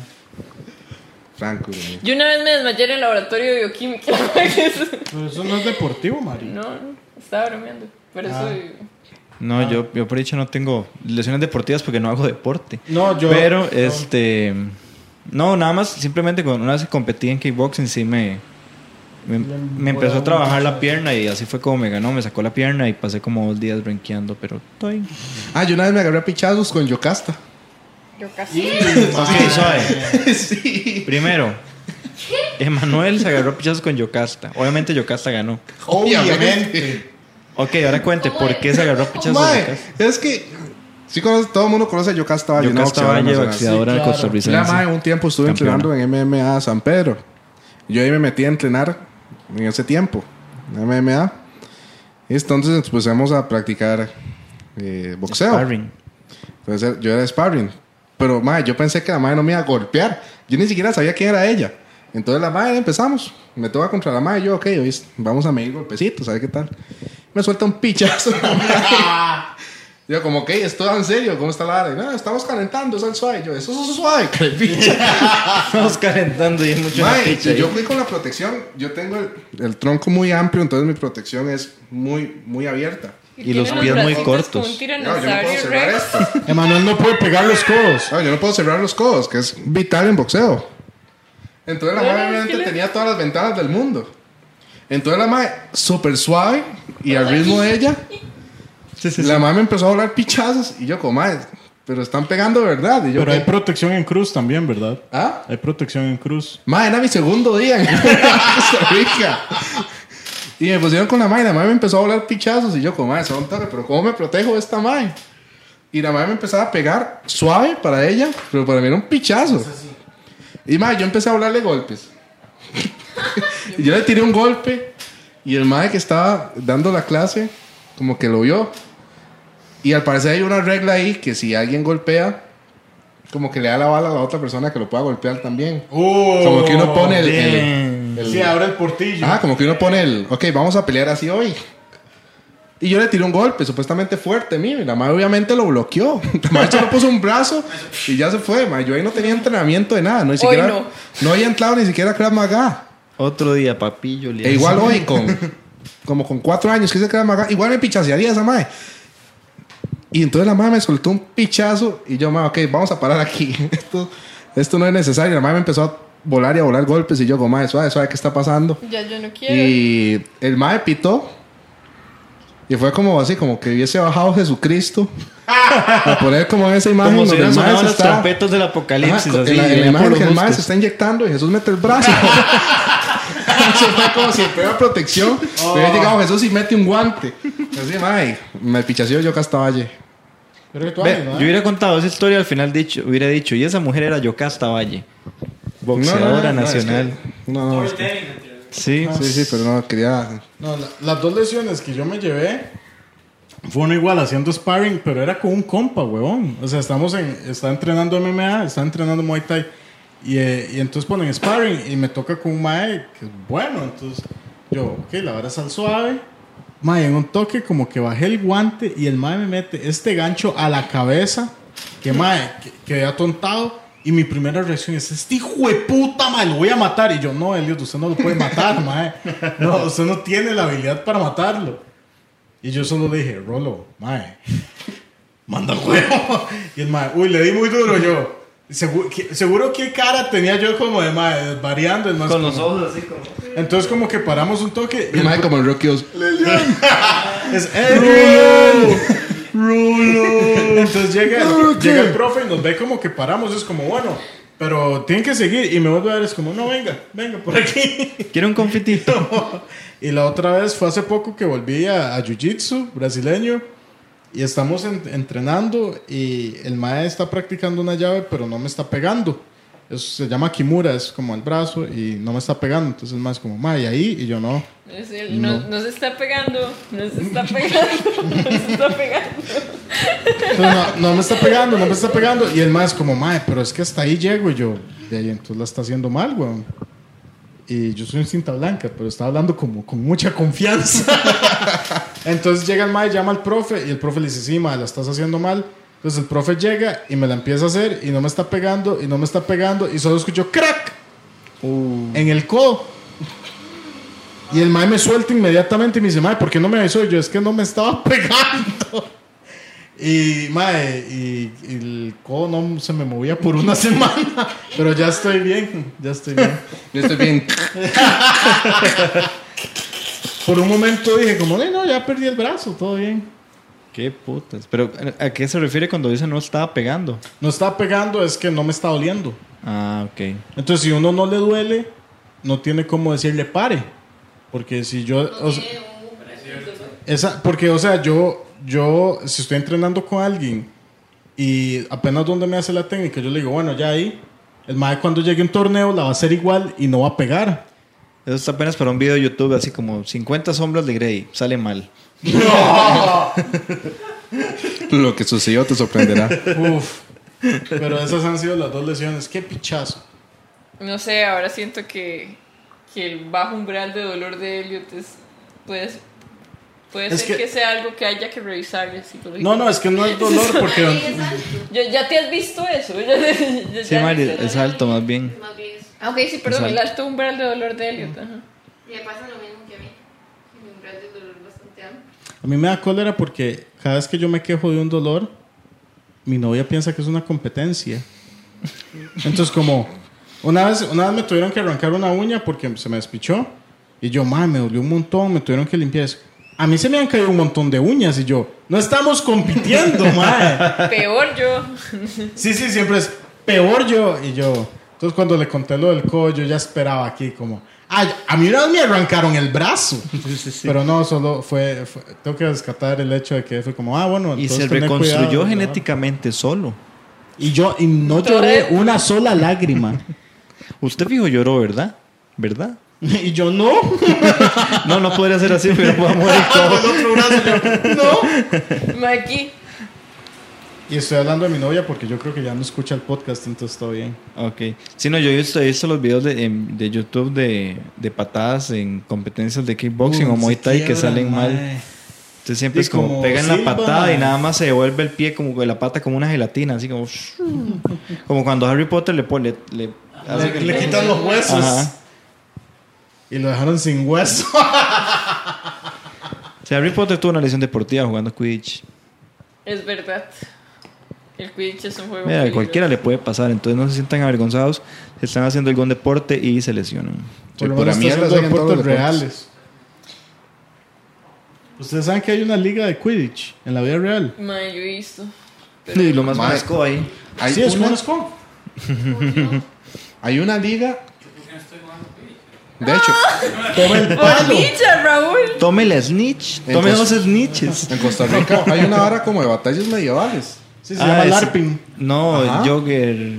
Franco Hidromiel.
Yo una vez me desmayé en el laboratorio de bioquímica.
Pero eso no es deportivo, Mari.
no, no, estaba bromeando. Pero
Ah.
eso.
No, yo, yo por dicho no tengo lesiones deportivas porque no hago deporte.
No, yo.
Pero,
no.
este. No, nada más, simplemente cuando una vez que competí en kickboxing, sí me. Me, me empezó a trabajar la pierna y así fue como me ganó. Me sacó la pierna y pasé como dos días brinqueando, pero estoy.
Ah, yo una vez me agarré a pichazos con Yocasta.
Yo casi.
Ok, suave. Primero, Emanuel se agarró a pichazos con Yocasta. Obviamente, Yocasta ganó.
Obviamente.
Ok, ahora cuente, ¿por qué se agarró a pichazos con
Mae,
Yocasta?
es que sí conoce- todo el mundo conoce a Yocasta Valle, una
Yocasta
boxeadora
Valle,
nacional.
boxeadora
Sí, claro.
Sí. La mae,
costarricense.
un tiempo estuve
Campeona.
entrenando en MMA San Pedro. Yo ahí me metí a entrenar en ese tiempo, en MMA. Y entonces nos pusimos a practicar eh, boxeo.
Sparring.
Entonces yo era sparring. Pero mae, yo pensé que la madre no me iba a golpear. Yo ni siquiera sabía quién era ella. Entonces la madre empezamos. Me toca contra la madre. Yo, ok, hoy es- vamos a medir golpecitos, a ver qué tal. Me suelta un pichazo. Yo como, ok, esto es en serio, ¿cómo está la hora? Y, no, estamos calentando, es al suave. Yo, eso es suave, crepicha.
Estamos calentando y hay mucho
Mae,
matiche
y yo
ahí.
fui con la protección, yo tengo el, el tronco muy amplio, entonces mi protección es muy, muy abierta.
Y los
tiene
pies muy
bracitos
cortos.
como un
No, yo no puedo
tiranosaurio
cerrar
rex.
esto.
Emanuel no puede pegar los codos.
No, Ah, yo no puedo cerrar los codos, que es vital en boxeo. Entonces la
No,
madre
no, es
obviamente
que le-
tenía todas las ventanas del mundo. Entonces la madre, súper suave y al ritmo de ella,
Sí, sí, sí.
la madre me empezó a hablar pichazos y yo como, madre, pero están pegando verdad. Y yo,
Pero hay
¿qué?
protección en cruz también, ¿verdad?
¿Ah?
Hay protección en cruz.
Madre, era mi segundo día en Costa Rica. Y me pusieron con la madre, la madre me empezó a hablar pichazos y yo como, madre, son torre, pero ¿cómo me protejo de esta madre? Y la madre me empezaba a pegar suave para ella, pero para mí era un pichazo. Y madre, yo empecé a hablarle golpes. y yo le tiré un golpe y el madre que estaba dando la clase, como que lo vio. Y al parecer hay una regla ahí que si alguien golpea, como que le da la bala a la otra persona que lo pueda golpear también. Como que uno pone el. el- el-
Sí, abre el portillo.
ah, como que uno pone el. Ok, vamos a pelear así hoy. Y yo le tiré un golpe, supuestamente fuerte, mire. La madre obviamente lo bloqueó. La madre solo puso un brazo y ya se fue. ma. Yo ahí no tenía entrenamiento de nada. No, ni siquiera,
no.
no. había entrado ni siquiera a Krav Maga.
Otro día, papillo.
E igual hoy, con, como con cuatro años que se Krav Maga, igual me pichasearía esa madre. Y entonces la madre me soltó un pichazo y yo, madre, ok, vamos a parar aquí. Esto, esto no es necesario. La madre me empezó a volar y a volar golpes y yo, como, madre, suave, suave, ¿qué está pasando?
Ya yo no quiero.
Y el mae pitó. Y fue como así, como que hubiese bajado Jesucristo. a poner como esa imagen
Como si
donde
hubieran
el mae
sonado
se
los
está-
trompetas del
Ajá,
apocalipsis.
en
así,
la, en la
allá por
imagen
los
que el mae se
bosques.
está inyectando y Jesús mete el brazo. Eso fue como su peor protección. Pero Hubiera llegado Jesús y mete un guante. Así, mae, me pichació yo Castaballe.
Ve, yo hubiera contado esa historia al final dicho, hubiera dicho, y esa mujer era Yocasta Valle, boxeadora nacional.
No, no, es que-
Sí,
no, no, sí, sí, pero no, quería...
No, la- las dos lesiones que yo me llevé fueron igual haciendo sparring, pero era con un compa, huevón. O sea, estamos en, está entrenando MMA, está entrenando Muay Thai. Y, eh, y entonces ponen sparring y me toca con un mae que es bueno. Entonces yo, ok, la vara es al suave. Mae, en un toque como que bajé el guante y el mae me mete este gancho a la cabeza. Que mae, que- quedé atontado. Y mi primera reacción es, este hijo de puta, mae, lo voy a matar. Y yo, no, Eliot, usted no lo puede matar, mae. No, usted no tiene la habilidad para matarlo. Y yo solo le dije, Rolo, mae, manda huevo. Y el mae, uy, le di muy duro yo. Segu- que- seguro qué cara tenía yo como de mae, variando. El mae
Con
como-
los ojos así como...
Entonces como que paramos un toque. Y
El
el
mae como el Rocky Os-
es ¡Rulo! ¡Rulo! Entonces llega,
Rulo,
llega
¿qué?
el profe y nos ve como que paramos. Es como, bueno, pero tienen que seguir. Y me vuelve a ver, es como, no, venga, venga por aquí.
Quiero un confitito.
y la otra vez fue hace poco que volví a, a Jiu-Jitsu brasileño. Y estamos en- entrenando y el mae está practicando una llave, pero no me está pegando. Eso se llama Kimura, es como el brazo y no me está pegando. Entonces el mae es como, mae, ¿y ahí? Y yo, no.
Es el- no. no se está pegando, no se está pegando, no se está pegando.
Entonces, no, no me está pegando, no me está pegando. Y el más como, mae, pero es que hasta ahí llego Y yo. De ahí entonces la está haciendo mal, weón. Y yo soy un cinta blanca, pero estaba hablando como con mucha confianza. entonces llega el mae, llama al profe y el profe le dice, sí, mae, la estás haciendo mal. Entonces el profe llega y me la empieza a hacer y no me está pegando y no me está pegando y solo escucho crack en el codo. Y el mae me suelta inmediatamente y me dice, mae, ¿por qué no me avisó? Y yo, es que no me estaba pegando. Y, mae, y, y el codo no se me movía por una semana. Pero ya estoy bien, ya estoy bien.
Yo estoy bien...
Por un momento dije, como, "Ay, no, ya perdí el brazo, todo bien.
Qué putas. Pero, ¿a qué se refiere cuando dice no estaba pegando?
No está pegando, es que no me está doliendo.
Ah, ok.
Entonces, si uno no le duele, no tiene cómo decirle pare. Porque si yo. o sea, esa, porque, o sea, yo, yo, si estoy entrenando con alguien y apenas donde me hace la técnica, yo le digo, bueno, ya ahí. El mae cuando llegue a un torneo la va a hacer igual y no va a pegar.
Eso está apenas para un video de YouTube, así como 50 sombras de Grey. Sale mal.
Lo que sucedió te sorprenderá.
Uf. Pero esas han sido las dos lesiones. Qué pichazo.
No sé, ahora siento que, que el bajo umbral de dolor de Elliot es, puede Puede
Es
ser
que-
que... sea algo que haya que revisar psicológicamente.
No, no, es que no es dolor porque...
Yo- ya te has visto eso. Ya, ya-
Sí,
ya-
Mari, es alto más bien.
Más bien eso.
Ah, ok, sí, perdón,
Exacto.
el alto umbral de dolor de Elliot. ajá.
Me pasa lo mismo que a mí. Mi umbral de dolor es bastante amplio.
A mí me da cólera porque cada vez que yo me quejo de un dolor, mi novia piensa que es una competencia. Entonces, como una vez, una vez me tuvieron que arrancar una uña porque se me despichó. Y yo, madre, me dolió un montón, me tuvieron que limpiar eso. A mí se me han caído un montón de uñas y yo, no estamos compitiendo, madre.
Peor yo.
Sí, sí, siempre es peor yo. Y yo, entonces cuando le conté lo del codo, yo ya esperaba aquí como, "Ay, a mí una vez me arrancaron el brazo. Pero no, solo fue, fue- Tengo que rescatar el hecho de que fue como, ah, bueno.
Y
entonces
se
tener
reconstruyó
cuidado, ¿verdad?
genéticamente solo.
Y yo y no lloré una sola lágrima.
Usted fijo lloró, ¿verdad? ¿Verdad?
y yo, no.
No, no podría ser así, pero vamos a morir todos.
Maki.
Y estoy hablando de mi novia porque yo creo que ya no escucha el podcast, entonces todo bien.
Ok. Sí, no, yo he visto, he visto los videos de, em, de YouTube de, de patadas en competencias de kickboxing o Muay Thai que salen mal. Entonces siempre
Sí,
es como,
como
pegan la
silba.
patada y nada más se devuelve el pie como la pata como una gelatina, así como como cuando Harry Potter le pone le, hace que
Le, le quitan los huesos.
Ajá.
Y lo dejaron sin hueso.
O sea, Harry Potter tuvo una lesión deportiva jugando Quidditch.
Es verdad. El Quidditch es un juego.
Mira, a
peligroso.
cualquiera le puede pasar, entonces no se sientan avergonzados, se están haciendo algún deporte y se lesionan.
Sí,
Por lo
por
menos
la mierda
está haciendo
siguen todos los
deportes
deportes.
reales. Ustedes saben que hay una liga de Quidditch en la vida real.
Mae, yo he visto.
Y lo más
Mae.
fresco ahí.
Hay,
sí, es
una,
conozco.
hay una liga. De hecho,
¡Por dicha, Raúl!
Tome la snitch, tome dos
Entonces-
snitches.
en Costa Rica hay una vara como de batallas medievales.
Sí, se
Ah,
llama
es-
LARPing.
No,
Ajá.
Jogger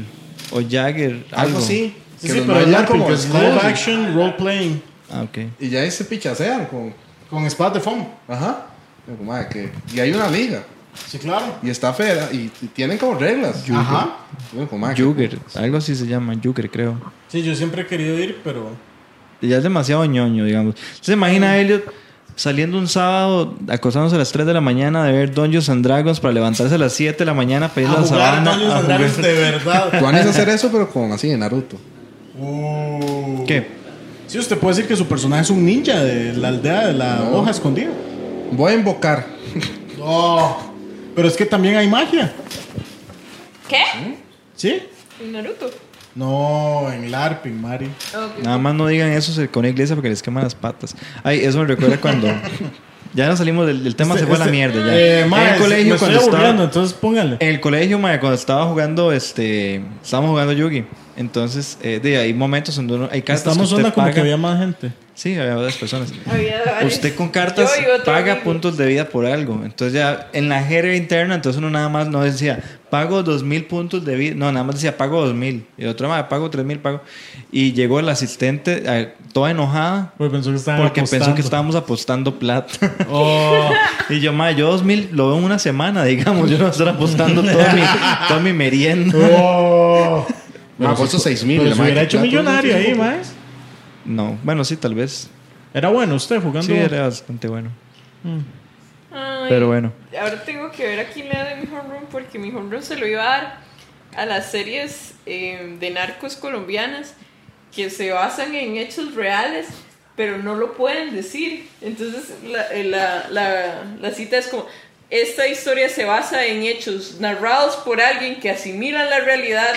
o Jagger, algo.
Algo así.
Sí,
que
sí,
los
pero
maes
el
dan
LARPing,
como
que es
escudos
live
y-
action role playing
Ah, ok.
Y ya ahí se pichasean con.
con espadas de foam.
Ajá. Digo, madre, que- Y hay una liga.
Sí, claro.
Y está fera. Y, y tienen como reglas.
Ajá.
Yo digo, madre, que-
Jugger, algo así se llama, Jugger creo.
Sí, yo siempre he querido ir, pero
Ya es demasiado ñoño, digamos. ¿Usted se imagina a Elliot saliendo un sábado, acostándose a las 3 de la mañana de ver Dungeons and Dragons para levantarse a las 7 de la mañana para ir a
a
la
jugar
sabana?
Dungeons
a
and
jugar-
Dragons de verdad.
Tú van a hacer eso, pero con así de Naruto.
Uh.
¿Qué?
Sí, usted puede decir que su personaje es un ninja de la aldea de la
No.
hoja escondida.
Voy a invocar.
No. Pero es que también hay magia.
¿Qué?
¿Sí?
¿En Naruto? Ah,
No, en LARPing, Mari.
Ok.
Nada más no digan eso se- con la iglesia porque les queman las patas. Ay, eso me recuerda cuando. ya nos salimos del, del tema, se fue a la mierda ya.
Este,
Eh,
Eh,
en
mae,
el colegio,
me estoy
cuando estaba,
aburriendo, entonces póngale.
En el colegio, mae, cuando estaba jugando, este, estábamos jugando Yugi. Entonces, eh, de, hay momentos donde uno, hay cartas
Estamos
que usted
una como
paga.
que había más gente.
Sí, había varias personas.
Había varios.
Usted con cartas
Yo y otro
paga
amigo.
puntos de vida por algo. Entonces ya en la jerga interna, entonces uno nada más no decía, pago dos mil puntos de vida. No, nada más decía, pago dos mil. Y el otro más, pago tres mil, pago. Y llegó el asistente eh, toda enojada
Porque pensó que estaban
porque pensó que
apostando.
estábamos apostando plata.
Oh.
y yo, ma, yo dos mil lo veo en una semana, digamos. Yo no voy a estar apostando toda mi, toda mi merienda.
Oh.
Me puesto 6 mil.
Pero se hubiera hecho millonario ahí, mae.
No, bueno, sí, tal vez.
Era bueno usted jugando.
Sí, era bastante bueno.
Ay,
Pero bueno.
Ahora tengo que ver a quién le da de mi home run porque mi home run se lo iba a dar a las series eh, de narcos colombianas que se basan en hechos reales, pero no lo pueden decir. Entonces la, eh, la- la- la cita es como, esta historia se basa en hechos narrados por alguien que asimilan la realidad,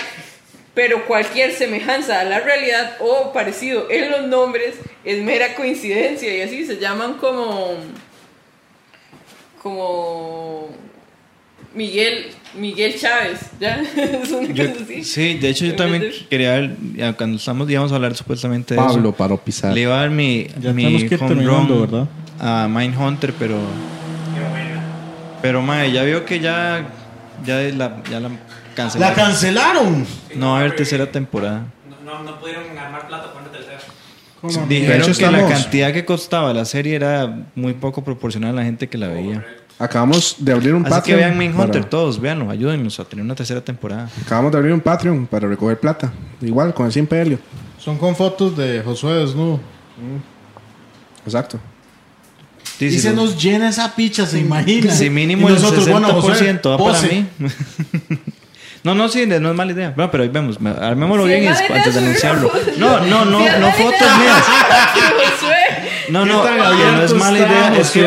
pero cualquier semejanza a la realidad o parecido en los nombres es mera coincidencia y así se llaman como como Miguel Miguel Chávez, ¿ya? Es una
Yo-
cosa así.
sí, de hecho yo
En
también
vez de-
quería, ver, ya cuando estamos, íbamos a hablar supuestamente de
Pablo
eso,
para pisar.
le iba a dar mi,
Ya
mi
tenemos que ir
home
terminando,
run
¿verdad?
a Mindhunter, pero... Pero, mae, ya vio que ya, ya la, ya la
La
cancelaron.
cancelaron.
no va a haber tercera temporada.
No, no, no pudieron armar plata para una tercera.
Dijeron
De
que
hecho,
la
estamos-
cantidad que costaba la serie era muy poco proporcional a la gente que la veía.
Acabamos de abrir un
Así
Patreon.
que vean Mindhunter
para-
todos, véanlo, ayúdennos a tener una tercera temporada.
Acabamos de abrir un Patreon para recoger plata. Igual, con el 100 pelio.
Son con fotos de Josué desnudo.
Exacto.
Sí,
y
sí,
se
lo-
nos llena esa picha, se imagina.
Si mínimo
Y
el 60%
José,
va para
pose.
mí. No, no, sí, no es mala idea. Bueno, pero ahí vemos. ma- Armémoslo
Sí,
bien y
mala
es-
idea,
antes de
sí,
anunciarlo. No,
no.
no, no,
Sí,
no,
mala
fotos
idea.
mías.
Josué.
No, no,
¿Qué tan
que no es
abiertos
mala idea.
estamos,
Es que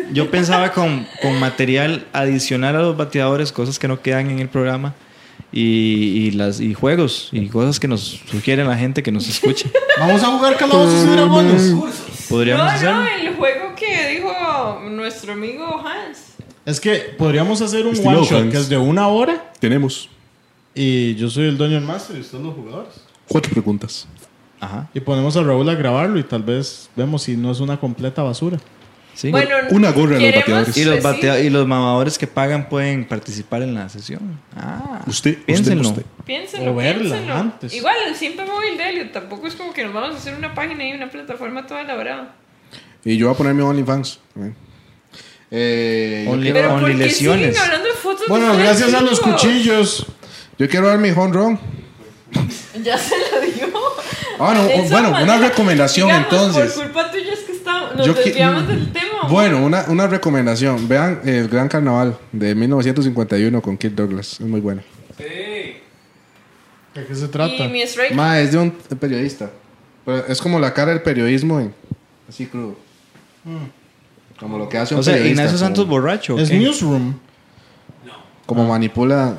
güey?
yo pensaba con, con material adicional a los bateadores, cosas que no quedan en el programa. Y, y las y juegos y cosas que nos sugiere la gente que nos escucha.
Vamos a jugar calabozos y dragones.
Podríamos
No, eh.
hacerlo.
no, el juego que dijo nuestro amigo Hans.
Es que podríamos hacer un
Estilo
one shot
Hans.
que es de una hora
Tenemos
y yo soy el dueño del master y ustedes los jugadores.
cuatro preguntas.
Ajá.
Y ponemos a Raúl a grabarlo y tal vez vemos si no es una completa basura.
Sí.
Bueno, pues
Una gorra a los
queremos
bateadores.
y los
decir-
batea- y los mamadores que pagan pueden participar en la sesión. Ah.
Usted, usted,
Piénsenlo.
usted.
Piénsenlo,
O verla
piénsenlo.
antes.
Igual el simple móvil de Elliot tampoco es como que nos vamos a hacer una página y una plataforma toda elaborada.
Y yo voy a poner mi OnlyFans. también. Eh, yo,
Only-
quiero,
Pero ¿por qué
lesiones.
siguen hablando de fotos? de
Bueno,
ustedes
gracias a los
cinco?
cuchillos.
yo quiero dar mi home run.
Ya se lo dio.
Ah, no,
De esa
bueno, una
manera,
recomendación,
digamos,
entonces.
Por culpa tuya es que está- nos
Yo qui-
desviamos del tema.
Bueno, una, una recomendación. Vean el Gran Carnaval de 1951 con Kirk Douglas. Es muy bueno.
Sí.
¿De qué se
y
trata?
mi strike.
Ma, es de un periodista. Pero es como la cara del periodismo en- así crudo.
Mm.
Como lo que hace un
O sea,
periodista.
Ignacio Santos Ah.
como,
borracho. ¿o
Es
qué?
Newsroom.
como manipula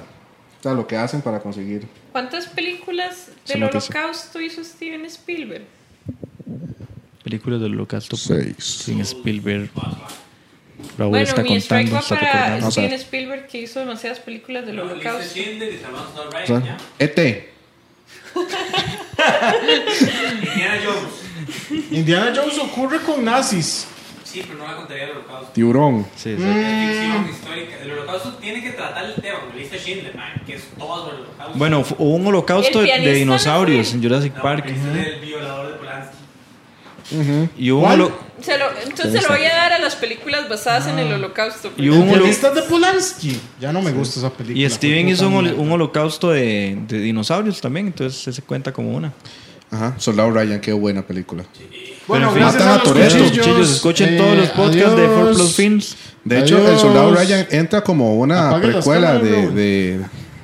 o sea, lo que hacen para conseguir.
¿Cuántas películas
Se
del
noticia.
holocausto hizo Steven Spielberg?
Películas del holocausto.
Seis.
Sin Spielberg. Raúl
bueno,
está
mi
contando,
strike
está
va para
recordando.
Steven Spielberg que hizo demasiadas películas del
Lo dice
holocausto.
Schindler y Salvador Snowden
O
Ryan,
sea,
¿ya?
ET.
Indiana Jones.
Indiana Jones ocurre con nazis.
Sí, pero no la contaría el holocausto.
Tiburón.
Sí, sí.
Es ficción histórica. El holocausto tiene que tratar el tema, como lo dice Schindler, man, que es todo el holocausto.
Bueno, fu- hubo un holocausto
El
de- de
pianista
dinosaurios
no
en Jurassic
No,
Park.
es el violador de Polanski.
Y hubo un
¿Cuál?
holo-
Se lo- entonces se lo voy a dar a las películas basadas en el holocausto.
Y
porque-
un holo-
Pianistas de Polanski. Ya no me gusta esa película.
y Steven
fue
hizo un,
puta
hol-
mierda.
un holocausto de, de dinosaurios también, entonces se cuenta como una.
Ajá. Soldado Ryan, qué buena película.
Bueno,
en fin.
gracias
Matan
a
a
los
Toretto,
cuchillos.
Chillos, escuchen
Eh,
todos los podcasts de 4
adiós.
Plus Films.
De hecho,
Adiós.
el Soldado Ryan entra como una
Apague las
precuela
cámaras,
de,
bro.
de,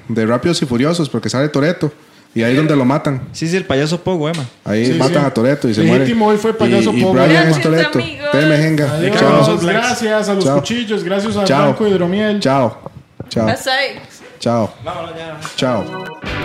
de Rápidos y Furiosos porque sale Toreto. Y ahí es donde lo matan.
Sí, sí, el payaso Pogo, Emma.
Ahí
Sí,
matan
sí.
a Toreto y se muere.
Legítimo, hoy fue payaso
y, y
Pogo.
Brian
Gracias,
es Toreto.
amigos.
Teme, jenga.
Adiós,
Chao.
gracias a los
Chao.
cuchillos, gracias a
Chao.
Blanco Hidromiel.
Chao. Chao.
Hasta ahí.
Chao. Chao.